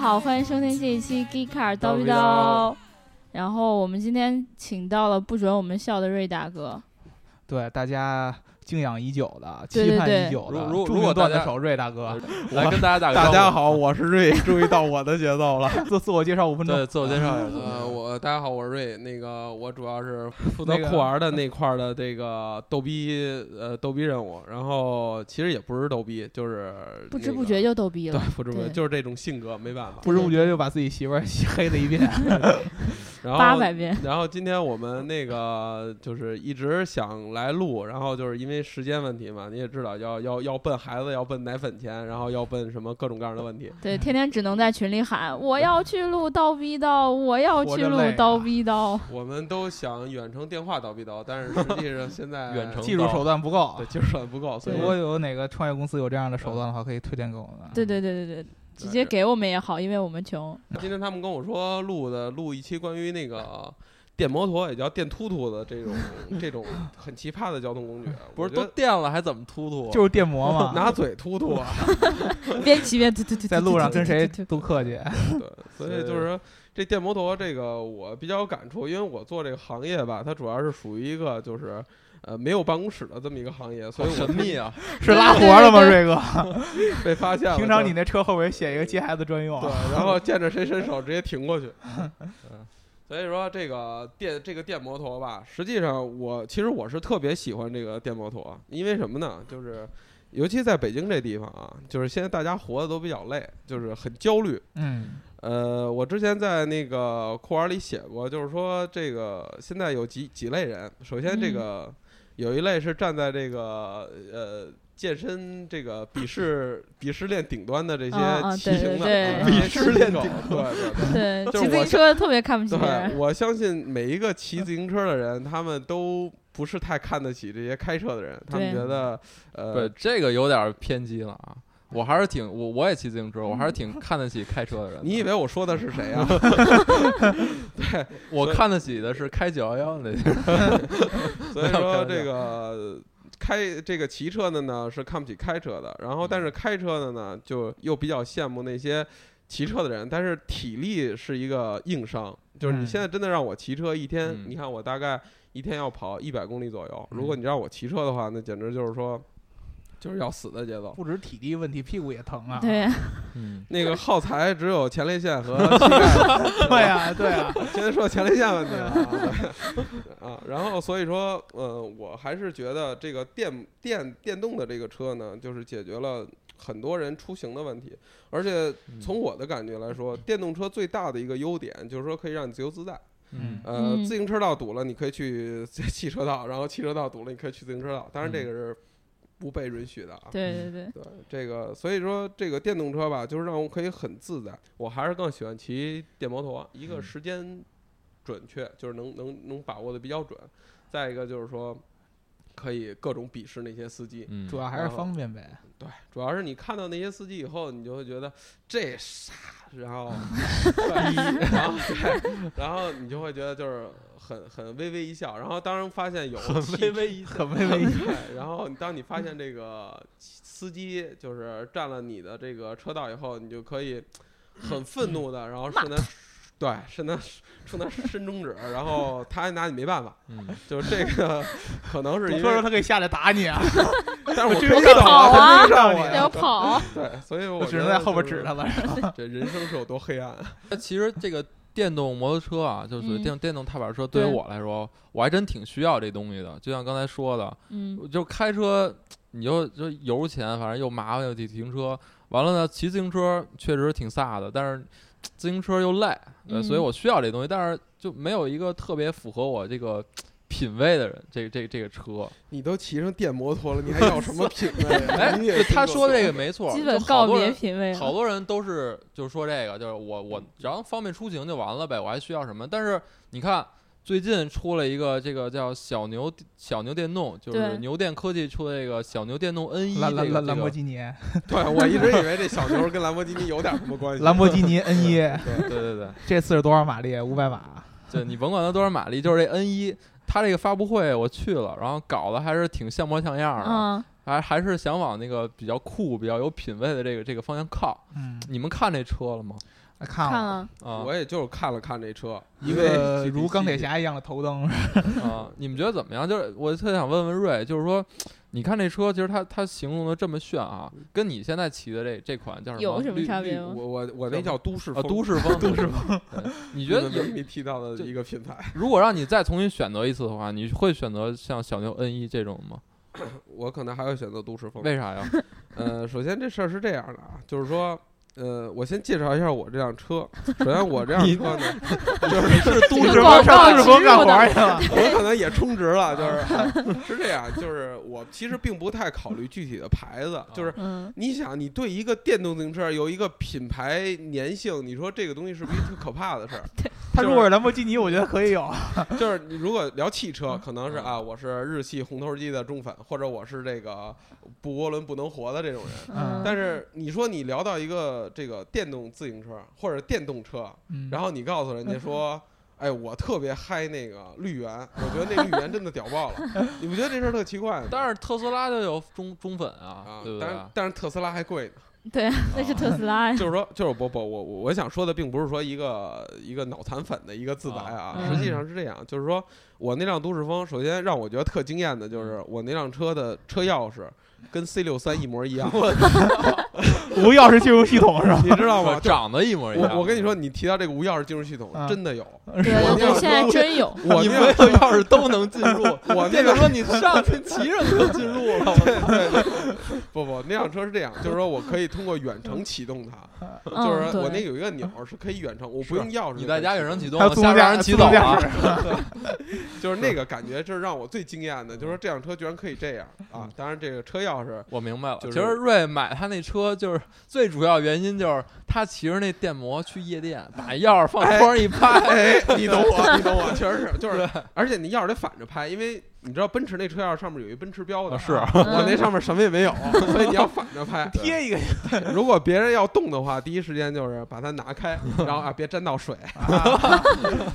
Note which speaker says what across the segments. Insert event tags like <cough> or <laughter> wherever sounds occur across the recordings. Speaker 1: 好，欢迎收听这一期《Geek Car 叨逼叨》。然后我们今天请到了不准我们笑的瑞大哥，
Speaker 2: 对大家敬仰已久的、
Speaker 1: 对对
Speaker 2: 期盼
Speaker 1: 对
Speaker 2: 已久的，
Speaker 3: 如如
Speaker 2: 著
Speaker 3: 如果
Speaker 2: 名段
Speaker 3: 大
Speaker 2: 子
Speaker 3: 家
Speaker 2: 手瑞大哥。
Speaker 3: <laughs> 来跟大家打个
Speaker 2: 大
Speaker 3: 招
Speaker 2: 家
Speaker 3: 呼。
Speaker 2: 好，我是瑞，注意到我的节奏了。自自我介绍五分钟，
Speaker 3: 对，自我介绍一下。
Speaker 4: 呃，我大家好，我是瑞。那个，我主要
Speaker 2: <laughs>
Speaker 4: 是负责
Speaker 2: 那个
Speaker 4: 酷玩的那块儿的这个逗逼呃逗逼任务，然后其实也不是逗逼，就是、
Speaker 1: 不知不觉就逗逼
Speaker 4: 对
Speaker 1: 了。，
Speaker 4: 不知不觉
Speaker 1: 对
Speaker 4: 就是这种性格，没办法。
Speaker 2: 不知不觉就把自己媳妇儿洗黑了一遍。
Speaker 4: 然
Speaker 1: 八
Speaker 4: 后
Speaker 1: 百遍，
Speaker 4: 然后今天我们那个就是一直想来录，然后就是因为时间问题嘛，你也知道要要要奔孩子，要奔奶粉钱，然后要奔什么各种各样的问题。
Speaker 1: 对，天天只能在群里喊我要去录叨逼叨，我要去录
Speaker 2: 活着累啊
Speaker 1: 叨逼叨。
Speaker 4: 我们都想远程电话叨逼叨，但是实际上现在
Speaker 3: 远程
Speaker 2: 技术手段不
Speaker 3: 啊
Speaker 2: 够
Speaker 4: 对，技术算不够，所以
Speaker 2: 如
Speaker 4: 我
Speaker 2: 果有哪个创业公司有这样的手段的话，可以推荐给我们。
Speaker 1: 对对对对对，直接给我们也好，因为我们穷。
Speaker 4: 今天他们跟我说录的录一期关于那个电摩托，也叫电突突的这种这种很奇葩的交通工具，啊
Speaker 3: 不
Speaker 4: 我
Speaker 3: 是
Speaker 4: 觉
Speaker 3: 都
Speaker 4: 得
Speaker 3: 电了还怎么突突？啊
Speaker 2: 就是电摩嘛，
Speaker 4: 拿嘴突突啊？
Speaker 1: 边骑边突突突，
Speaker 2: 在路上跟谁
Speaker 1: 突突突
Speaker 2: 都客气。
Speaker 3: <laughs>
Speaker 4: 对，所以就是说这电摩托这个我比较有感触，因为我做这个行业吧，它主要是属于一个就是呃没有办公室的这么一个行业，所
Speaker 3: 好
Speaker 4: 以我
Speaker 3: 神秘 <laughs> 啊！
Speaker 2: 是拉活了吗，
Speaker 1: 对
Speaker 2: 瑞哥？
Speaker 4: 被发现了。
Speaker 2: 平常
Speaker 4: 就
Speaker 2: 你那车后边写一个接孩子专用
Speaker 4: 对
Speaker 2: 啊，，
Speaker 4: 然后见着谁伸手直接停过去。嗯所以说这个电这个电摩托吧，实际上我其实我是特别喜欢这个电摩托，因为什么呢？就是尤其在北京这地方啊，就是现在大家活的都比较累，就是很焦虑。
Speaker 2: 嗯，
Speaker 4: 呃，我之前在那个库尔里写过，就是说这个现在有几几类人，首先这
Speaker 1: 嗯
Speaker 4: 个、有一类是站在这个呃。健身这个鄙视鄙视链顶端的这些
Speaker 1: 啊啊
Speaker 4: 骑
Speaker 1: 对
Speaker 4: 行的
Speaker 1: 对
Speaker 4: 啊
Speaker 1: 对
Speaker 4: 这
Speaker 2: 鄙
Speaker 4: 些
Speaker 2: 视链
Speaker 4: 骑手
Speaker 2: 顶端
Speaker 4: 对
Speaker 1: <laughs>
Speaker 4: 对对
Speaker 1: 对，
Speaker 4: 就是
Speaker 1: 骑自
Speaker 4: 我
Speaker 1: 行车特别看不起别
Speaker 4: 对，
Speaker 1: 人。
Speaker 4: 我相信每一个骑自行车的人，他们都不是太看得起这些开车的人，他们
Speaker 1: 对
Speaker 4: 觉得呃
Speaker 3: 对，，这个有点偏激了啊！我还是挺我我也骑自行车，我还是挺看得起开车的人的。
Speaker 4: 你以为我说的是谁啊？对，
Speaker 3: 我
Speaker 4: 所以
Speaker 3: 看得起的是开九幺幺那些人， <laughs>
Speaker 4: 所
Speaker 3: 没有
Speaker 4: 以
Speaker 3: 开
Speaker 4: 说
Speaker 3: 玩
Speaker 4: 这
Speaker 3: 笑
Speaker 4: 个开这个骑车的呢是看不起开车的，然后但是
Speaker 3: 嗯
Speaker 4: 开车的呢就又比较羡慕那些骑车的人，但是体力是一个硬伤，就是你
Speaker 2: 嗯
Speaker 4: 现在真的让我骑车一天，
Speaker 3: 嗯
Speaker 4: 你看我大概一天要跑一百公里左右，如果你让我骑车的话，那简直就是说就是要死的节奏。
Speaker 2: 不止体力问题，屁股也疼啊。
Speaker 1: 对，
Speaker 3: 嗯，
Speaker 4: 那个耗材只有前列腺和膝盖，
Speaker 3: <laughs>
Speaker 2: 对啊，对啊，
Speaker 4: <laughs> 现在说前列腺问题了啊对啊。然后所以说，呃，我还是觉得这个电电电动的这个车呢，就是解决了很多人出行的问题，而且
Speaker 3: 嗯
Speaker 4: 从我的感觉来说，电动车最大的一个优点就是说可以让你自由自在。
Speaker 3: 嗯
Speaker 4: 呃，
Speaker 1: 嗯
Speaker 4: 自行车道堵了，你可以去 <laughs> 汽车道，然后汽车道堵了，你可以去自行车道。当然这个是不被允许的啊。
Speaker 1: 对对
Speaker 4: <laughs>
Speaker 1: 对，
Speaker 4: 对这个，所以说这个电动车吧，就是让我可以很自在。我还是更喜欢骑电摩托，一个
Speaker 3: 嗯
Speaker 4: 时间准确，就是能能能把握的比较准；再一个就是说，可以各种鄙视那些司机。
Speaker 3: 嗯，
Speaker 2: 主要还是方便呗。
Speaker 4: 对，主要是你看到那些司机以后，你就会觉得这傻，然后 <laughs> 对，然后对，然后你就会觉得就是很很微微一笑，然后当然发现有微微一
Speaker 2: 很微微一笑
Speaker 4: <laughs> 对，然后你当你发现这个司机就是占了你的这个车道以后，你就可以很愤怒的，然后顺他。对，伸他冲他伸中指，然后他还拿你没办法，
Speaker 3: 嗯，
Speaker 4: 就是这
Speaker 2: <laughs>
Speaker 4: 个可能是
Speaker 2: 我
Speaker 4: 因为，
Speaker 2: 说说他可以下来打 <laughs> 你啊，
Speaker 4: 但是我
Speaker 2: 追
Speaker 4: 追
Speaker 2: 上
Speaker 4: 上
Speaker 1: 跑啊
Speaker 4: 我，他追上我
Speaker 2: 对
Speaker 4: 呀
Speaker 1: 要，跑，
Speaker 4: 对，所以我
Speaker 2: 我只能
Speaker 4: 觉得
Speaker 2: 在后边
Speaker 4: 就是
Speaker 2: 指他了。
Speaker 4: 这人生是有多黑暗？啊
Speaker 3: 那其实这个电动摩托车啊，就是
Speaker 1: 嗯
Speaker 3: 电电动踏板车，对于
Speaker 1: 对
Speaker 3: 我来说，我还真挺需要这东西的。就像刚才说的，
Speaker 1: 嗯，
Speaker 3: 就开车，你就就油钱，反正又麻烦又得停车。完了呢，骑自行车确实挺飒的，但是自行车又累，对
Speaker 1: 嗯
Speaker 3: 所以我需要这东西，但是就没有一个特别符合我这个品味的人。这这这个车，
Speaker 4: 你都骑上电摩托了，你还要什么品味
Speaker 2: <laughs>
Speaker 4: 啊？
Speaker 3: 哎，
Speaker 4: 你
Speaker 3: 就
Speaker 4: 也
Speaker 3: 他说这
Speaker 4: 这
Speaker 3: 个没错，
Speaker 1: 基
Speaker 3: 就
Speaker 1: 本
Speaker 3: 好
Speaker 1: 告
Speaker 3: 多
Speaker 1: 别嗯
Speaker 3: 人
Speaker 1: 品味了。
Speaker 3: 好多人都是就是说这个，就是我我只要方便出行就完了呗，我还需要什么？但是你看最近出了一个这个叫小牛小牛电动，就是
Speaker 1: 对
Speaker 3: 牛电科技出的这个小牛电动 N 一、这个，
Speaker 2: 兰兰兰兰
Speaker 3: 这
Speaker 2: 博
Speaker 3: 个
Speaker 2: 基尼，
Speaker 4: 对我一直以为这小牛跟兰博基尼有点什么关系。
Speaker 2: 兰博基尼 N 一，
Speaker 3: 对对对，
Speaker 2: 这次是多少马力？五百马。
Speaker 3: 就你甭管它多少马力，就是这 N 一，它这个发布会我去了，然后搞得还是挺像模像样的，
Speaker 1: 嗯，
Speaker 3: 还、还是想往那个比较酷、比较有品位的这个这个方向靠。
Speaker 2: 嗯，
Speaker 3: 你们看这车了吗？
Speaker 2: 看
Speaker 1: 看
Speaker 2: 了
Speaker 1: 了，
Speaker 3: 啊
Speaker 4: 我也就是看了看这车，
Speaker 2: 一
Speaker 4: 因为
Speaker 2: 个如
Speaker 4: GTC
Speaker 2: 钢铁侠一样的头灯，
Speaker 3: 啊，你们觉得怎么样？就是我特想问问瑞，就是说，你看这车，其实它它形容的这么炫啊，跟你现在骑的这这款叫什么？
Speaker 1: 有什么
Speaker 3: 绿
Speaker 1: 差
Speaker 3: 绿
Speaker 1: 别
Speaker 4: 我
Speaker 1: 吗？
Speaker 4: 我我那叫都市
Speaker 3: 啊，
Speaker 4: 风，
Speaker 3: 都市风， <laughs> 都市风。对你觉得有？
Speaker 4: 你提到的
Speaker 3: 这
Speaker 4: 一个
Speaker 3: <laughs>
Speaker 4: 品牌。
Speaker 3: 如果让你再重新选择一次的话，你会选择像小牛 N 一这种吗？
Speaker 4: 我可能还会选择都市风。
Speaker 3: 为啥呀？
Speaker 4: 呃，首先这事儿是这样的啊，就是说，呃，我先介绍一下我这辆车。首先我这辆
Speaker 3: <laughs>
Speaker 4: 车呢，就是 <laughs>
Speaker 2: 是都
Speaker 1: 这
Speaker 2: 市风
Speaker 1: 个广告
Speaker 2: 上都市风
Speaker 1: 植
Speaker 2: 干
Speaker 1: 入的
Speaker 2: 活去了。
Speaker 4: 我可能也充值了，就是是 <laughs> 这样，就是我其实并不太考虑具体的牌
Speaker 3: 哦
Speaker 4: 子，就是。
Speaker 1: 嗯，
Speaker 4: 你想，你对一个电动自行车有一个品牌粘性，你说这个东西是不是一特可怕的事儿？
Speaker 2: <laughs> 他如果是兰博基尼，我觉得可以有。
Speaker 4: 就是你如果聊汽车，可能是
Speaker 3: 嗯
Speaker 4: 啊，我是日系红头机的忠粉，或者我是这个不涡轮不能活的这种人。
Speaker 1: 嗯
Speaker 4: 但是你说你聊到一个这个电动自行车或者电动车，
Speaker 2: 嗯
Speaker 4: 然后你告诉人家说，哎，我特别嗨那个绿源，我觉得那绿源真的屌爆了。你不觉得这事儿特奇怪吗？
Speaker 3: 但是特斯拉就有忠忠粉啊
Speaker 4: 啊，
Speaker 3: 对，不对
Speaker 4: 但是
Speaker 3: 啊？
Speaker 4: 但是特斯拉还贵呢。
Speaker 1: 对，那是特斯 <laughs>
Speaker 4: <laughs>
Speaker 1: 拉呀。
Speaker 4: 就是说，就是不不，我我我想说的并不是说一个一个脑残粉的一个自白
Speaker 1: 啊
Speaker 4: 啊，
Speaker 3: 嗯
Speaker 4: 实际上是这样，就是说我那辆都市风，首先让我觉得特惊艳的
Speaker 3: 嗯
Speaker 4: 就是我那辆车的车钥匙跟 C 六三一模一样，
Speaker 2: 无钥匙进入系统是吧？
Speaker 4: <laughs> 你知道吗？就
Speaker 3: 长得一模一啊样。
Speaker 4: 我我
Speaker 3: <laughs>
Speaker 4: 跟你说，，你提到这个无钥匙进入系统，
Speaker 2: 啊
Speaker 4: 真的有，
Speaker 1: 对对对，现在真有。
Speaker 4: 我
Speaker 3: 你
Speaker 4: 那
Speaker 3: 没有
Speaker 4: 辆车
Speaker 3: 钥匙都
Speaker 4: <laughs>
Speaker 3: 能进入。
Speaker 4: 我那
Speaker 3: 店长
Speaker 4: 辆
Speaker 3: 说你上去骑着你就进入了。
Speaker 4: <laughs> 对对对，不不，那辆车是这样，就是说我可以通过远程启动它， <laughs> 就是
Speaker 1: 嗯，
Speaker 4: 说我那
Speaker 1: 对，
Speaker 4: 有一个钮儿是可以远程，我
Speaker 3: 是
Speaker 4: 不用钥匙。
Speaker 3: 你在家远程启动
Speaker 2: 还有，自
Speaker 3: 下
Speaker 2: 动
Speaker 3: 边
Speaker 2: 驾
Speaker 3: 让
Speaker 2: 驶，
Speaker 3: 人骑
Speaker 2: 自
Speaker 3: 走啊
Speaker 2: 动
Speaker 3: 了
Speaker 2: 驾。驶，
Speaker 4: 就是嗯那个感觉，这是让我最惊艳的，就是说这辆车居然可以这样啊！当然，这个车钥匙
Speaker 3: 我明白了，
Speaker 4: 就是
Speaker 3: 其实瑞买他那车就是最主要原因就是他骑着那电摩去夜店，把钥匙放桌上一拍，
Speaker 4: <laughs> 哎，你懂我，你懂我， <laughs> 确实是，就是，而且你钥匙得反着拍，因为你知道奔驰那车钥匙上面有一奔驰标
Speaker 3: <laughs>
Speaker 4: 的，
Speaker 3: 啊是
Speaker 1: 嗯
Speaker 4: 我那上面什么也没 <laughs> 有，所以你要反着拍。
Speaker 2: 贴一个
Speaker 4: 如果别人要动的话，第一时间就是把它拿 <laughs> 开，然后啊别沾到水，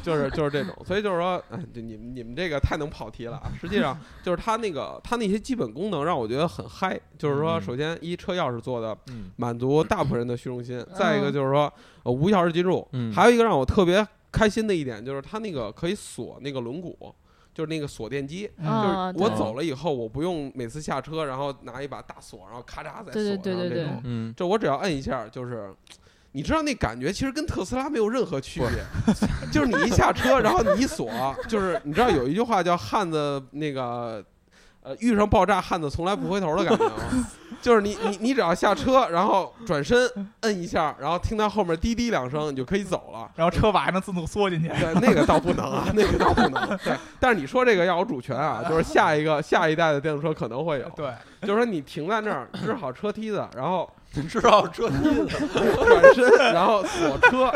Speaker 4: 就是就是这种。所以就是说，哎，这你们你们这个太能跑题了啊！实际上就是它那个它那些基本功能让我觉得很嗨，就是说，
Speaker 3: 嗯
Speaker 4: 首先一车钥匙做的
Speaker 3: 嗯
Speaker 4: 满足大部分人的虚荣心，再一
Speaker 1: 嗯
Speaker 4: 个就是说、呃无钥匙进入，
Speaker 3: 嗯
Speaker 4: 还有一个让我特别开心的一点就是它那个可以锁那个轮毂，就是那个锁电机。就是
Speaker 1: 嗯，
Speaker 4: 我
Speaker 1: 对
Speaker 4: 走了以后，我不用每次下车，然后拿一把大锁，然后咔嚓再锁上
Speaker 1: 对对对对
Speaker 4: 这
Speaker 1: 对
Speaker 4: 种。
Speaker 3: 嗯，
Speaker 4: 这我只要摁一下，就是，你知道那感觉其实跟特斯拉没有任何区别， <laughs> 就是你一下车，然后你一锁，就是你知道有一句话叫“汉子那个，呃，遇上爆炸汉子从来不回头”的感觉吗？ <laughs> 就是你你你只要下车，然后转身摁一下，然后听到后面滴滴两声，你就可以走了。
Speaker 2: 然后车把还能自动缩进去。
Speaker 4: 对，那个倒不能啊，那个倒不能。对，但是你说这个要有主权啊，就是下一个下一代的电动车可能会有，
Speaker 2: 对，
Speaker 4: 就是说你停在那儿支好车梯子，然后
Speaker 3: 知道这
Speaker 4: 转身，然后锁车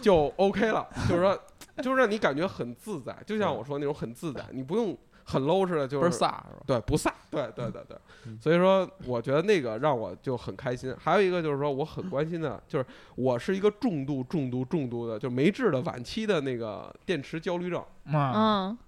Speaker 4: 就 OK 了。就是说，就是让你感觉很自在，就像我说那种很自在，你不用很 low 似的，就
Speaker 3: 不是飒
Speaker 4: 是
Speaker 3: 是吧？
Speaker 4: 对，不飒，对对对对
Speaker 3: 嗯。
Speaker 4: 所以说，我觉得那个让我就很开心。还有一个就是说，我很关心的，就是我是一个重度、重度、重度的，就没治的晚期的那个电池焦虑症。
Speaker 2: 嗯，
Speaker 1: 嗯，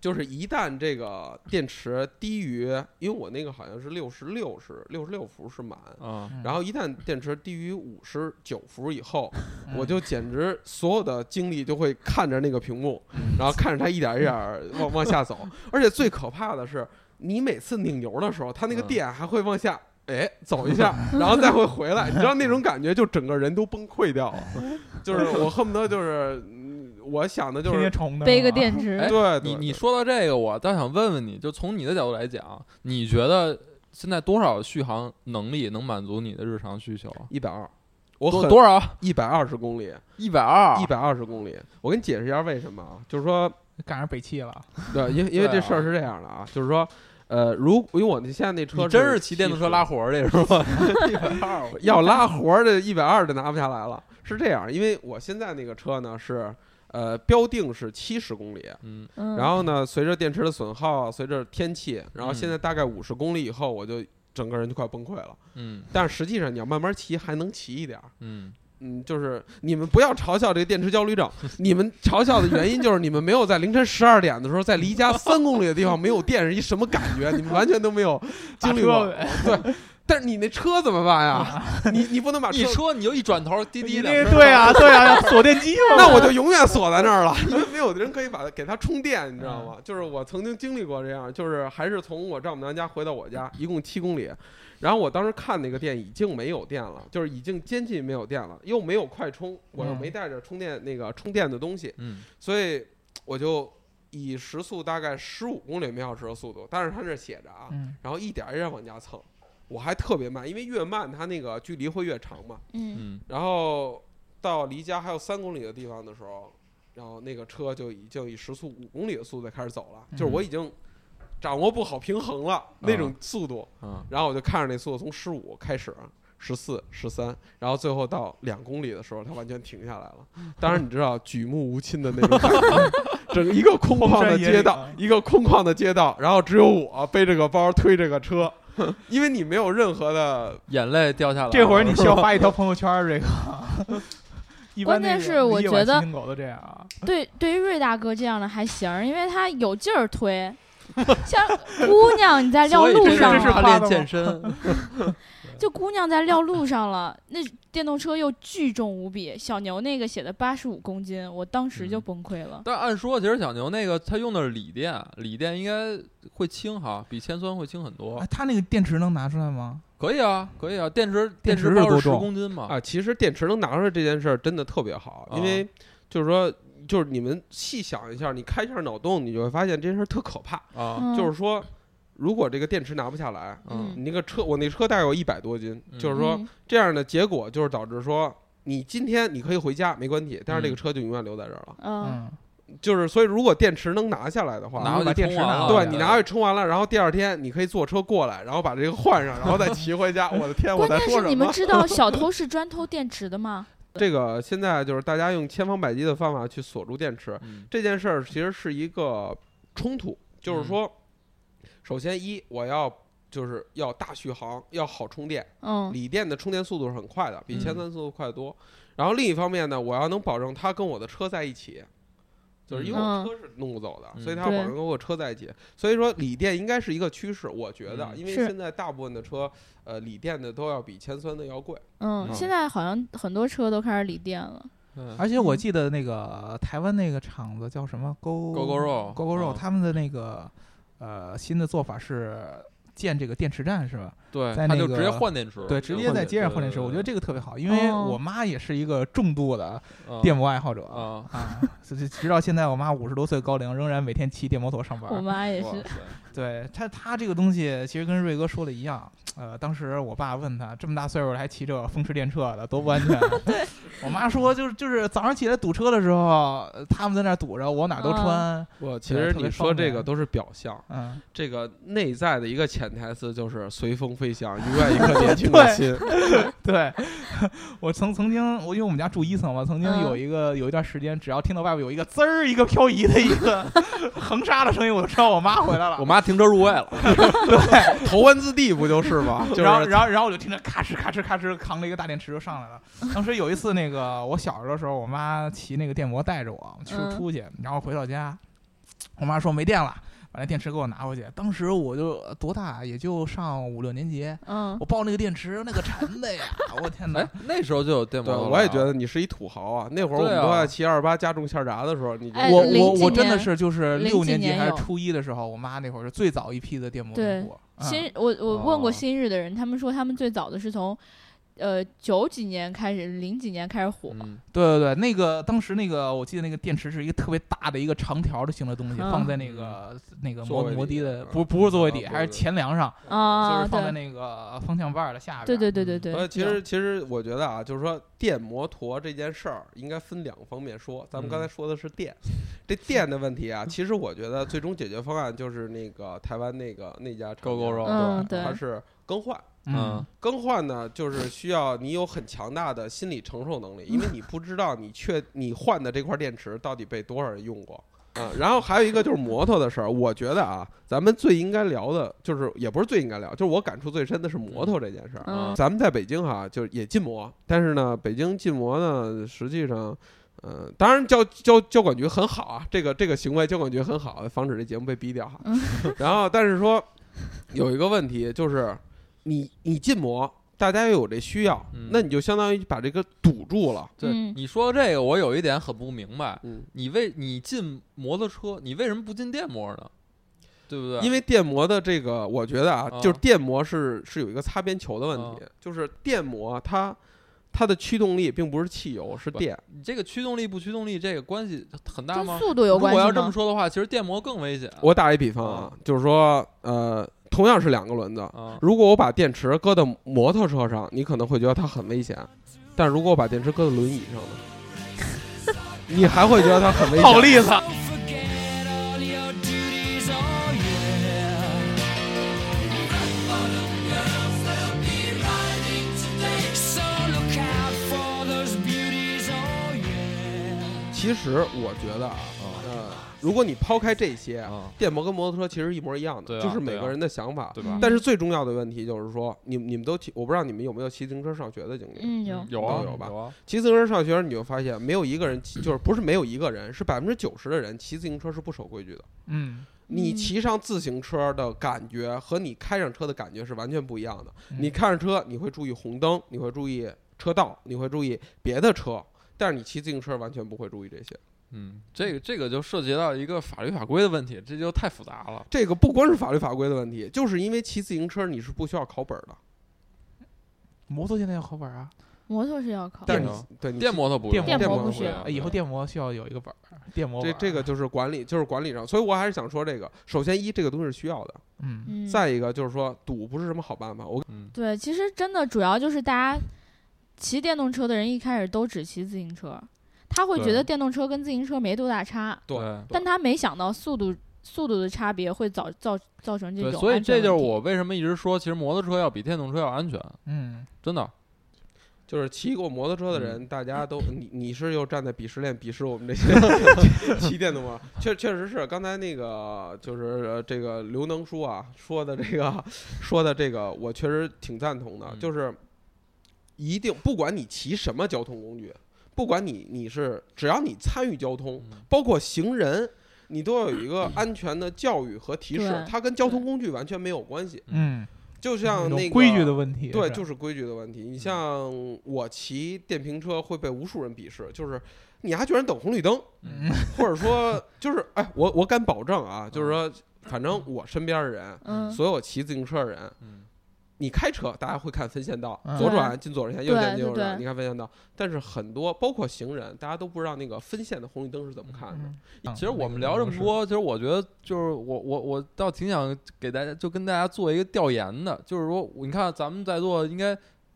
Speaker 4: 就是一旦这个电池低于，因为我那个好像是六十六是六十六伏是满，
Speaker 3: 啊，
Speaker 4: 然后一旦电池低于五十九伏以后，
Speaker 3: 嗯
Speaker 4: 我就简直所有的精力就会看着那个屏幕，
Speaker 3: 嗯
Speaker 4: 然后看着它一点儿一点儿往往下走。而且最可怕的是，你每次拧油的时候，它那个
Speaker 3: 嗯
Speaker 4: 电还会往下。哎，走一下，然后再会回来，你知道那种感觉，就整个人都崩溃掉了。就是我恨不得就是，嗯我想的就
Speaker 2: 天
Speaker 4: 是
Speaker 2: 天，重的
Speaker 1: 背个电池
Speaker 3: 哎，
Speaker 4: 对，
Speaker 3: 你
Speaker 4: 对
Speaker 3: 你说到这个，我倒想问问你，就从你的角度来讲，你觉得现在多少续航能力能满足你的日常需求啊？
Speaker 4: 一百二，我
Speaker 3: 多啊
Speaker 4: 很
Speaker 3: 多少？
Speaker 4: 一百二十公里，
Speaker 3: 一百二
Speaker 4: 一，百二十公里。我给你解释一下为什么啊，就
Speaker 3: <laughs>
Speaker 4: 是说
Speaker 2: 赶上北汽了，
Speaker 4: 对，因为因为
Speaker 3: 对
Speaker 4: 这
Speaker 3: 啊
Speaker 4: 事儿是这样的啊，就是说，呃，如因为我那现在那车
Speaker 3: 你真是
Speaker 4: 是
Speaker 3: 骑电动车拉活儿去是吧？
Speaker 4: 一百二，要拉活儿的一百二就拿不下来了。是这样，因为我现在那个车呢是，呃，标定是七十公里，
Speaker 3: <laughs> 嗯
Speaker 1: 嗯，
Speaker 4: 然后呢，随着电池的损耗，随着天气，然后现
Speaker 3: 嗯
Speaker 4: 在大概五十公里以后，我就整个人就快崩溃了。
Speaker 3: 嗯
Speaker 4: 但是实际上你要慢慢骑，还能骑一点儿。
Speaker 3: 嗯，
Speaker 4: 嗯，就是你们不要嘲笑这个电池焦虑症，你们嘲笑的原因就是你们没有在凌晨十二点的时候，在离家三公里的地方没有电是一什么感觉，你们完全都没有经历过。啊
Speaker 2: 打车呗啊
Speaker 4: 对，但是你那车怎么
Speaker 2: <laughs>
Speaker 4: 办呀？你你不能把
Speaker 3: 一
Speaker 4: 啊车，
Speaker 3: 车你就一转头，滴滴
Speaker 2: 你
Speaker 3: 两
Speaker 2: 那
Speaker 3: 声
Speaker 2: 对啊，对啊，锁电
Speaker 5: <laughs>
Speaker 2: 机嘛。
Speaker 4: 那我就永远锁在那儿了，因为没有人可以把它给它充电，你知道吗？就是我曾经经历过这样，就是还是从我丈母娘家回到我家，一共七公里，然后我当时看那个店已经没有电了，就是已经接近没有电了，又没有快充，我又
Speaker 2: 嗯
Speaker 4: 没带着充电那个充电的东西，
Speaker 3: 嗯，
Speaker 4: 所以我就以时速大概十五公里每小时的速度，但是它这写着啊，
Speaker 2: 嗯
Speaker 4: 然后一点儿一点儿往家蹭，我还特别慢，因为越慢它那个距离会越长嘛。
Speaker 1: 嗯，
Speaker 3: 嗯，
Speaker 4: 然后到离家还有三公里的地方的时候，然后那个车就已经以时速五公里的速度开始走了，就是我已经掌握不好平衡了那种速度。
Speaker 3: 嗯
Speaker 4: 然后我就看着那速度从十五开始。十四、十三，然后最后到两公里的时候，它完全停下来了。当然，你知道举目无亲的那种感觉， <laughs> 整个一个空旷的街道
Speaker 2: 荒山野岭啊，
Speaker 4: 一个空旷的街道，然后只有我背着个包推着个车，因为你没有任何的
Speaker 3: 眼泪掉下来了。
Speaker 2: 这会儿你
Speaker 5: <laughs>
Speaker 2: 需要发一条朋友圈儿，这个。一般
Speaker 1: 关键
Speaker 2: 那个
Speaker 1: 是我
Speaker 2: 夜
Speaker 1: 觉
Speaker 2: 晚
Speaker 1: 得
Speaker 2: 骑行狗都这样啊，
Speaker 1: 对，对于瑞大哥这样的还行儿，因为他有劲儿
Speaker 4: <laughs>
Speaker 1: 推。像姑娘，你在撂
Speaker 3: 所以
Speaker 1: 路
Speaker 3: 这
Speaker 1: 上
Speaker 3: 就是
Speaker 1: 了，
Speaker 3: 他
Speaker 2: 夸的
Speaker 3: 练
Speaker 2: 吗
Speaker 3: 健身，
Speaker 1: 就姑娘在撂路上了，那电动车又巨重无比。小牛那个写的八十五公斤，我当时
Speaker 3: 嗯
Speaker 1: 就崩溃了。
Speaker 3: 但按说其实小牛那个他用的是锂电，锂电应该会轻哈，比铅酸会轻很多
Speaker 5: 哎，。它那个电池能拿出来吗？
Speaker 3: 可以啊，可以啊，电池
Speaker 5: 电池
Speaker 3: 池
Speaker 5: 是
Speaker 3: 包
Speaker 5: 多
Speaker 3: 十
Speaker 5: 重
Speaker 3: 公斤嘛，
Speaker 4: 啊，其实电池能拿出来这件事儿真的特别好，因
Speaker 3: 啊
Speaker 4: 为就是说，就是你们细想一下，你开一下脑洞，你就会发现这件事儿特可怕。
Speaker 3: 啊，
Speaker 1: 嗯
Speaker 4: 就是说，如果这个电池拿不下来，
Speaker 1: 嗯
Speaker 4: 你那个车，我那车大概有一百多斤，就是说
Speaker 1: 嗯
Speaker 4: 这样的结果就是导致说。你今天你可以回家没问题，但是这个
Speaker 3: 嗯
Speaker 4: 车就永远留在这儿了。
Speaker 1: 嗯，
Speaker 5: 嗯，
Speaker 4: 就是所以，如果电池能拿下来的话，
Speaker 3: 拿回
Speaker 2: 把
Speaker 3: 去
Speaker 2: 电
Speaker 3: 充
Speaker 2: 池
Speaker 3: 完
Speaker 2: 拿
Speaker 3: 了，
Speaker 2: 回
Speaker 4: 对你拿回去充完了，然后第二天你可以坐车过来，然后把这个换上，然后再骑
Speaker 3: <laughs>
Speaker 4: 回家。我的天，我
Speaker 1: 关
Speaker 4: 在
Speaker 1: 键
Speaker 4: 说
Speaker 1: 是
Speaker 4: 什
Speaker 1: 你们
Speaker 4: 么？
Speaker 1: 知道小
Speaker 4: <laughs>
Speaker 1: 偷是专偷电池的吗？
Speaker 4: 这个现在就是大家用千方百计的方法去锁住电池，
Speaker 3: 嗯
Speaker 4: 这件事儿其实是一个冲突，就是说，首先一我要就是要大续航，要好充电，
Speaker 1: 嗯
Speaker 4: 锂电的充电速度是很快的，比铅
Speaker 3: 嗯
Speaker 4: 酸速度快得多。然后另一方面呢，我要能保证它跟我的车在一起，就是因为我
Speaker 1: 嗯
Speaker 4: 车是弄不走的，
Speaker 3: 嗯
Speaker 4: 所以它要保证跟我车在一起。所以说锂电应该是一个趋势，我觉得，
Speaker 3: 嗯
Speaker 4: 因为
Speaker 1: 是
Speaker 4: 现在大部分的车，呃，锂电的都要比铅酸的要贵。
Speaker 1: 嗯，
Speaker 3: 嗯
Speaker 1: 现在好像很多车都开始锂电了。
Speaker 3: 嗯
Speaker 5: 而且我记得那个台湾那个厂子叫什么 Go
Speaker 3: ，Go Go 肉
Speaker 5: 狗狗肉，
Speaker 3: 嗯
Speaker 5: 他们的那个呃新的做法是建这个电池站是吧？
Speaker 3: 对，
Speaker 5: 在
Speaker 3: 他
Speaker 5: 那
Speaker 3: 就直接
Speaker 5: 个
Speaker 3: 换电池，
Speaker 5: 对，直接在街上换电池，我觉得这个特别好，因为
Speaker 1: 哦
Speaker 5: 我妈也是一个重度的
Speaker 3: 嗯
Speaker 5: 电摩爱好者
Speaker 3: 啊，
Speaker 5: <laughs> 啊，所以直到现在我妈五十多岁高龄，仍然每天骑电摩托上
Speaker 1: 我
Speaker 4: 啊
Speaker 5: 班。
Speaker 1: 妈也
Speaker 3: 哇
Speaker 1: 是，
Speaker 3: 塞
Speaker 5: 对她，她这个东西其实跟瑞哥说的一样，呃，当时我爸问他这么大岁数了还骑这风驰电掣的，多不安全
Speaker 1: <laughs>
Speaker 5: 啊。我妈说就是就是早上起来堵车的时候，呃他们在那儿堵着，我哪儿都
Speaker 1: 啊
Speaker 5: 穿，
Speaker 4: 我其
Speaker 5: 对
Speaker 4: 实
Speaker 5: 特别
Speaker 4: 你说
Speaker 5: 方
Speaker 4: 这
Speaker 5: 便
Speaker 4: 个都是表象，
Speaker 5: 嗯，
Speaker 4: 这个内在的一个潜台词就是随风飞
Speaker 5: <laughs>
Speaker 4: 翔，永远一颗年轻的心。
Speaker 5: 对， <laughs> 我曾曾经，我因为我们家住一层嘛，曾经
Speaker 1: 嗯
Speaker 5: 有一个、有一段时间，只要听到外边有一个滋儿一个漂移的一个 <laughs> 横沙的声音，我就知道我妈回来了。
Speaker 3: 我妈停车入位了，
Speaker 4: 头文字 D 不就是
Speaker 5: <laughs>
Speaker 4: 吗？就
Speaker 5: 然后，
Speaker 4: 是
Speaker 5: 然后，然后我就听着咔哧咔哧咔哧扛了一个大电池就上来了。当时有一次，那个我小时候的时候，我妈骑那个电摩带着我去
Speaker 1: 嗯
Speaker 5: 出去，然后回到家，我妈说没电了，把那电池给我拿回去。当时我就多大，也就上五六年级，
Speaker 1: 嗯
Speaker 5: 我抱那个电池那个
Speaker 1: <laughs>
Speaker 5: 沉的呀，我天
Speaker 3: <laughs>
Speaker 5: 哪 <laughs>
Speaker 3: 哎！，那时候就有电摩
Speaker 4: 对，
Speaker 3: 托啊了，
Speaker 4: 我也觉得你是一土豪啊。那会儿我
Speaker 3: 对
Speaker 4: 们
Speaker 3: 啊
Speaker 4: 都在骑二八加重馅炸的时候，你就
Speaker 1: 哎
Speaker 5: 我
Speaker 1: 零
Speaker 5: 我
Speaker 1: 几
Speaker 5: 我真的
Speaker 1: 年
Speaker 5: 是就是
Speaker 1: 零
Speaker 5: 六
Speaker 1: 几
Speaker 5: 年级
Speaker 1: 年
Speaker 5: 还是
Speaker 1: 有
Speaker 5: 初一的时候，我妈那会儿是最早一批的电摩
Speaker 1: 对
Speaker 5: 用户。啊
Speaker 1: 新我我问过
Speaker 3: 哦
Speaker 1: 新日的人，他们说他们最早的是从，呃九几年开始，零几年开始火。
Speaker 3: 嗯，
Speaker 5: 对对对，那个当时那个我记得那个电池是一个特别大的一个长条的形的东西，
Speaker 1: 嗯
Speaker 5: 放在那个那个
Speaker 4: 座
Speaker 5: 摩
Speaker 4: 位
Speaker 5: 摩
Speaker 4: 底
Speaker 5: 的
Speaker 4: 啊
Speaker 5: 不不是座位底，
Speaker 4: 啊
Speaker 5: 还是
Speaker 4: 不是
Speaker 5: 前梁上，就
Speaker 1: 啊，
Speaker 5: 是放在
Speaker 1: 对
Speaker 5: 那个方向盘的下边。
Speaker 1: 对对对对对，
Speaker 4: 呃，其
Speaker 1: 有
Speaker 4: 实其实我觉得啊，就是说电摩托这件事儿应该分两方面说。咱们刚才
Speaker 3: 嗯
Speaker 4: 说的是电，这电的问题啊，其实我觉得最终解决方案就是那个台湾那个那家厂
Speaker 3: Gogoro
Speaker 1: 嗯对
Speaker 4: 它是更换。
Speaker 5: 嗯，
Speaker 4: 更换呢，就是需要你有很强大的心理承受能力，因为你不知道你确你换的这块电池到底被多少人用过。啊、然后还有一个就是摩托的事儿，我觉得啊，咱们最应该聊的，就是也不是最应该聊，就是我感触最深的是摩托这件事儿。
Speaker 1: 嗯
Speaker 4: 咱们在北京哈，就是也禁摩，但是呢，北京禁摩呢，实际上，嗯、当然交交交管局很好啊，这个这个行为交管局很 <laughs> 好，防止这节目被逼掉哈。然后，但是说有一个问题就是，你你禁摩，大家又有这需要，
Speaker 3: 嗯
Speaker 4: 那你就相当于把这个堵住了。
Speaker 3: 对，
Speaker 1: 嗯
Speaker 3: 你说这个我有一点很不明白，
Speaker 4: 嗯，
Speaker 3: 你为你进摩托车，你为什么不进电摩呢？对不对？
Speaker 4: 因
Speaker 3: 为
Speaker 4: 为电摩的这个，我觉得啊，
Speaker 3: 啊
Speaker 4: 就是电摩是是有一个擦边球的问题，
Speaker 3: 嗯
Speaker 4: 就是电摩它它的驱动力并不是汽油，是
Speaker 3: 不
Speaker 4: 电。
Speaker 3: 你这个驱动力不驱动力这个关系很大
Speaker 1: 跟
Speaker 3: 吗？
Speaker 1: 速度有
Speaker 3: 如
Speaker 1: 关
Speaker 3: 果要
Speaker 1: 系吗？
Speaker 3: 这么说的话，其实电摩更危险。
Speaker 4: 我打一比方啊，就是说，呃，同样是两个轮子，
Speaker 3: 啊，
Speaker 4: <laughs> 如果我把电池搁到摩托车上，你可能会觉得它很危险；但如果我把电池搁到轮椅上呢，
Speaker 3: <laughs>
Speaker 4: 你还会觉得它很危险。
Speaker 2: 好例子，
Speaker 6: Don't forget all your duties, oh yeah. So look out for those beauties, oh yeah.
Speaker 4: 其实我觉得啊，
Speaker 3: 哦
Speaker 4: 呃，如果你抛开这些， <laughs>
Speaker 3: 啊，
Speaker 4: 电摩跟摩托车其实一模一样
Speaker 3: 对
Speaker 4: 的，
Speaker 3: 啊
Speaker 4: 就是每
Speaker 3: 对
Speaker 4: 个
Speaker 3: 啊
Speaker 4: 人的想法。
Speaker 3: 对吧？
Speaker 4: 但是最重要的问题就是说，你你们都骑，我不知道你们有没有骑自行车上学的经历。
Speaker 1: 嗯有
Speaker 3: 有啊
Speaker 4: 有吧
Speaker 3: 啊，
Speaker 4: 骑自行车上学，你就发现没有一个人骑，就是不是没有一个人，是百分之九十的人骑自行车是不守规矩的。
Speaker 5: 嗯，
Speaker 4: 你
Speaker 1: 嗯
Speaker 4: 骑上自行车的感觉和你开上车的感觉是完全不一样的。
Speaker 5: 嗯
Speaker 4: 你开上车，你会注意红灯，你会注意车道，你会注意别的车，但是你骑自行车完全不会注意这些。
Speaker 3: 嗯，这个这个就涉及到一个法律法规的问题，这就太复杂了。
Speaker 4: 这个不光是法律法规的问题，就是因为骑自行车你是不需要考本儿的，
Speaker 5: 摩托现在要考本儿啊，
Speaker 1: 摩托是要考，
Speaker 4: 但是
Speaker 3: 摩
Speaker 4: 你对你
Speaker 3: 电
Speaker 4: 骑
Speaker 3: 摩托不嗯
Speaker 5: 电
Speaker 3: 用
Speaker 5: 摩电
Speaker 1: 摩不
Speaker 3: 不
Speaker 1: 需要
Speaker 3: 用
Speaker 5: 哎以后电摩需要有一个本儿，电摩
Speaker 4: 这
Speaker 5: 本儿啊
Speaker 4: 这个就是管理，就是管理上，所以我还是想说这个。首先一，这个东西是需要的；
Speaker 5: 嗯，
Speaker 1: 嗯
Speaker 4: 再一个就是说，堵不是什么好办法。我
Speaker 3: 嗯，
Speaker 1: 对，其实真的主要就是大家骑电动车的人一开始都只骑自行车，他会觉
Speaker 3: 对
Speaker 1: 得电动车跟自行车没多大差，
Speaker 4: 对
Speaker 1: 但他没想到速度速度的差别会造造造成这
Speaker 3: 对，
Speaker 1: 种
Speaker 3: 所以
Speaker 1: 安全
Speaker 3: 这就是
Speaker 1: 问题
Speaker 3: 我为什么一直说，其实摩托车要比电动车要安全，
Speaker 5: 嗯，
Speaker 3: 真的。
Speaker 4: 就是骑过摩托车的人，大家都你你是又站在鄙视链鄙视我们这些骑电动吗？确确实是，刚才那个就是呃这个刘能叔啊说的这个说的这个，我确实挺赞同的，
Speaker 3: 嗯
Speaker 4: 就是一定不管你骑什么交通工具，不管你你是只要你参与交通，
Speaker 3: 嗯
Speaker 4: 包括行人。你都要有一个安全的教育和提示
Speaker 1: 对，
Speaker 4: 它跟交通工具完全没有关系。
Speaker 5: 嗯，
Speaker 4: 就
Speaker 5: 有
Speaker 4: 像那个
Speaker 5: 规矩的问题，
Speaker 4: 对，
Speaker 5: 是嗯
Speaker 4: 就是规矩的问题。你像我骑电瓶车会被无数人鄙视，就是你还居然等红绿灯，
Speaker 5: 嗯
Speaker 4: 或者说 <laughs> 就是哎，我我敢保证啊，就是说，反正我身边的人，
Speaker 1: 嗯
Speaker 4: 所有骑自行车的人，
Speaker 3: 嗯，
Speaker 4: 你开车大家会看分线道
Speaker 5: 嗯，
Speaker 4: 左转进左线，右转进右
Speaker 1: 对对
Speaker 4: 转，
Speaker 1: 对
Speaker 4: 你看分线道。但是很多包括行人，大家都不知道那个分线的红绿灯是怎么看的。
Speaker 5: 嗯
Speaker 3: 其实我们聊这么，多，其实我觉得就是我我我倒挺想给大家就跟大家做一个调研的，就是说你看咱们在座应该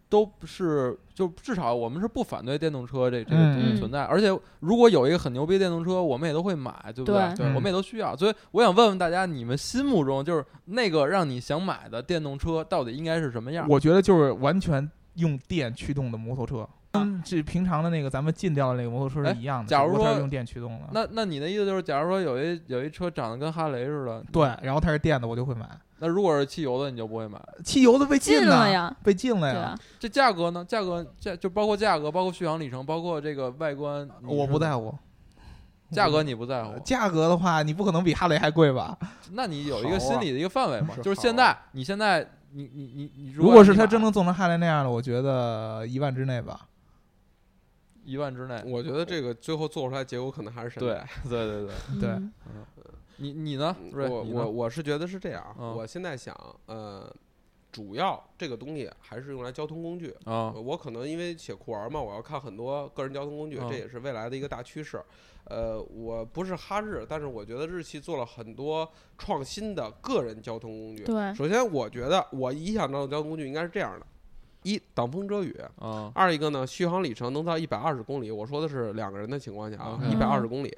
Speaker 3: 都不是，就至少我们是不反对电动车这这个东西
Speaker 1: 嗯
Speaker 3: 存在，而且如果有一个很牛逼的电动车，我们也都会买，对不
Speaker 1: 对
Speaker 4: 对
Speaker 3: 我们也都需要，所以我想问问大家，你们心目中就是那个让你想买的电动车到底应该是什么样？
Speaker 5: 我觉得就是完全用电驱动的摩托车，跟这平常的那个咱们禁掉的那个摩托车是一样的，
Speaker 3: 哎假如
Speaker 5: 只不过它
Speaker 3: 说
Speaker 5: 是用电驱动的，
Speaker 3: 那那你的意思就是，假如说有一有一车长得跟哈雷似的，
Speaker 5: 对，然后它是电的，我就会买。
Speaker 3: 那如果是汽油的，你就不会买。
Speaker 5: 汽油的被
Speaker 1: 进
Speaker 5: 了
Speaker 1: 了，呀，
Speaker 5: 被禁了
Speaker 1: 对
Speaker 5: 呀
Speaker 1: 啊，，
Speaker 3: 这价格呢？价格价就包括价格，包括续航里程，包括这个外观，你
Speaker 5: 我
Speaker 3: 是
Speaker 5: 不在乎。呃
Speaker 3: 价格，你不在乎，
Speaker 5: 价格的话，你不可能比哈雷还贵吧？
Speaker 3: 那你有一个
Speaker 4: 好啊
Speaker 3: 心理的一个范围嘛？
Speaker 4: 是
Speaker 3: 就是
Speaker 4: 好
Speaker 3: 现
Speaker 4: 啊
Speaker 3: 在，你现在，你你你你，
Speaker 5: 如果是
Speaker 3: 你
Speaker 5: 它
Speaker 3: 买
Speaker 5: 真能做成哈雷那样的，我觉得一万之内吧。
Speaker 3: 一万之内，
Speaker 4: 我觉得这个最后做出来结果可能还是山
Speaker 3: 对
Speaker 4: 寨
Speaker 3: 对对对，
Speaker 5: 对
Speaker 1: 嗯
Speaker 3: 你你呢？瑞
Speaker 4: 嗯我
Speaker 3: 你
Speaker 4: 我
Speaker 3: 呢
Speaker 4: 我是觉得是这样啊，
Speaker 3: 嗯
Speaker 4: 我现在想，呃，主要这个东西还是用来交通工具。
Speaker 3: 啊
Speaker 4: 呃我可能因为写酷玩嘛，我要看很多个人交通工具，
Speaker 3: 嗯
Speaker 4: 这也是未来的一个大趋势。呃，我不是哈日，但是我觉得日系做了很多创新的个人交通工具。
Speaker 1: 对，
Speaker 4: 首先，我觉得我一想到的交通工具应该是这样的：一挡风遮雨，
Speaker 3: 啊
Speaker 4: 二一个呢，续航里程能到一百二十公里。我说的是两个人的情况下
Speaker 3: 嗯
Speaker 4: 啊，一
Speaker 1: OK
Speaker 4: 百二十公里。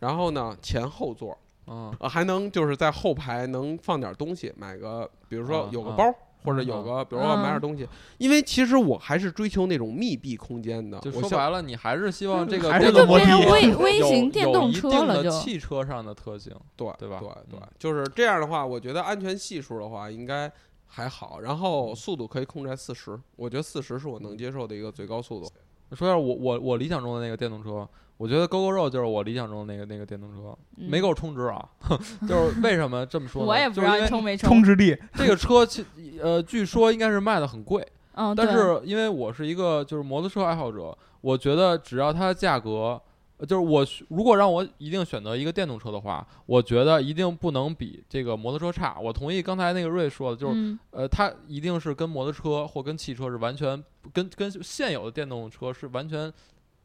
Speaker 4: 然后呢，前后座，
Speaker 3: 啊
Speaker 4: 呃，还能就是在后排能放点东西，买个，比如说
Speaker 3: 啊
Speaker 4: 有个
Speaker 3: 啊
Speaker 4: 包，或者有个，比如说买点东西。因为其实我还是追求那种密闭空间的，
Speaker 3: 就
Speaker 4: 我
Speaker 3: 说
Speaker 4: 像
Speaker 3: 白了，你还是希望这个
Speaker 5: 还是
Speaker 3: 电
Speaker 5: 那
Speaker 3: 动
Speaker 1: 就
Speaker 5: 摩
Speaker 1: 变成
Speaker 5: 的
Speaker 1: 微
Speaker 3: 有
Speaker 1: 微型
Speaker 3: 有
Speaker 1: 电动
Speaker 3: 一
Speaker 1: 车
Speaker 3: 定
Speaker 1: 了
Speaker 3: 的
Speaker 1: 就，
Speaker 3: 汽车上的特性，
Speaker 4: 对
Speaker 3: 对吧
Speaker 4: 对对
Speaker 3: 嗯，
Speaker 4: 就是这样的话，我觉得安全系数的话应该
Speaker 3: 嗯
Speaker 4: 还好，然后速度可以控制在四十，我觉得四十是我能接受的一个最高速度。
Speaker 3: 说一下我我我理想中的那个电动车，我觉得 GoGo 肉就是我理想中的那个那个电动车，
Speaker 1: 嗯
Speaker 3: 没给我充值啊， <laughs> 就是为什么这么说呢？
Speaker 1: <laughs> 我也不知
Speaker 3: 就是
Speaker 1: 道
Speaker 3: 因
Speaker 1: 你
Speaker 3: 为
Speaker 1: 充没充
Speaker 5: 充。值力，
Speaker 3: 这个车其呃，据说应该是卖的很贵，
Speaker 1: 嗯，
Speaker 3: 但
Speaker 1: 对
Speaker 3: 是因为我是一个就是摩托车爱好者，我觉得只要它的价格，呃就是我选如果让我一定选择一个电动车的话，我觉得一定不能比这个摩托车差。我同意刚才那个瑞说的，就是、
Speaker 1: 嗯
Speaker 3: 呃，它一定是跟摩托车或跟汽车是完全跟跟现有的电动车是完全。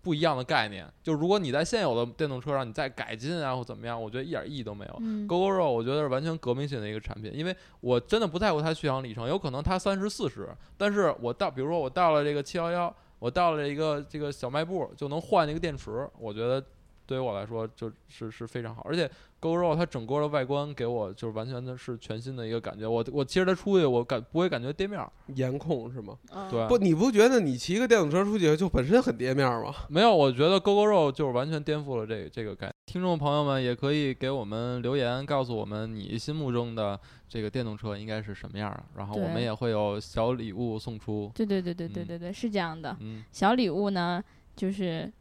Speaker 3: 不一样的概念，就如果你在现有的电动车上，你再改进啊或怎么样，我觉得一点意义都没有。
Speaker 1: 嗯
Speaker 3: GoGo 肉，我觉得是完全革命性的一个产品，因为我真的不在乎它续航里程，有可能它三十四十，但是我到，比如说我到了这个七幺幺，我到了一个这个小卖部就能换一个电池，我觉得对于我来说就是是非常好，而且 GoGo 肉它整个的外观给我就是完全的是全新的一个感觉，我我骑着它出去，我感不会感觉跌面儿，
Speaker 4: 颜控是吗？
Speaker 1: 嗯
Speaker 3: 对，
Speaker 4: 不，你不觉得你骑个电动车出去就本身很跌面儿吗？
Speaker 3: 没有，我觉得 GoGo 肉就是完全颠覆了这这个概念。听众朋友们也可以给我们留言，告诉我们你心目中的这个电动车应该是什么样的，然后我们
Speaker 1: 对
Speaker 3: 也会有小礼物送出。
Speaker 1: 对对对对对
Speaker 3: 嗯
Speaker 1: 对对，是这样的。
Speaker 3: 嗯，
Speaker 1: 小礼物呢，就是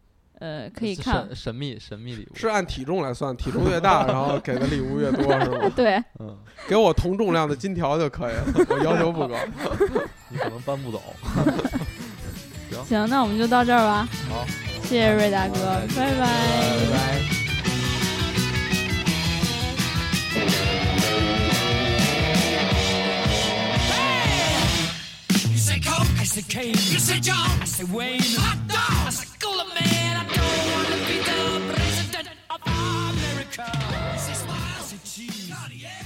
Speaker 1: 呃，可以
Speaker 3: 是
Speaker 1: 看，
Speaker 3: 神神秘神秘礼物
Speaker 4: 是按体重来算，体重
Speaker 3: <laughs>
Speaker 4: 越大，然后给的礼物越多是吗？
Speaker 1: 对，
Speaker 3: 嗯，
Speaker 4: 给我同重量的金条就可以了，我要求不高。
Speaker 3: 你可能搬不走。
Speaker 1: 行，那我们就到这儿吧。
Speaker 3: 好，
Speaker 1: 谢谢瑞大哥，拜
Speaker 3: 哎
Speaker 1: 拜
Speaker 5: 拜拜。
Speaker 6: You say Coke, I say Kane. You say John, I say Wayne. Hot dog, I say Cooler Man. I don't wanna be the president of America. You say smile, I say cheese. Cartier.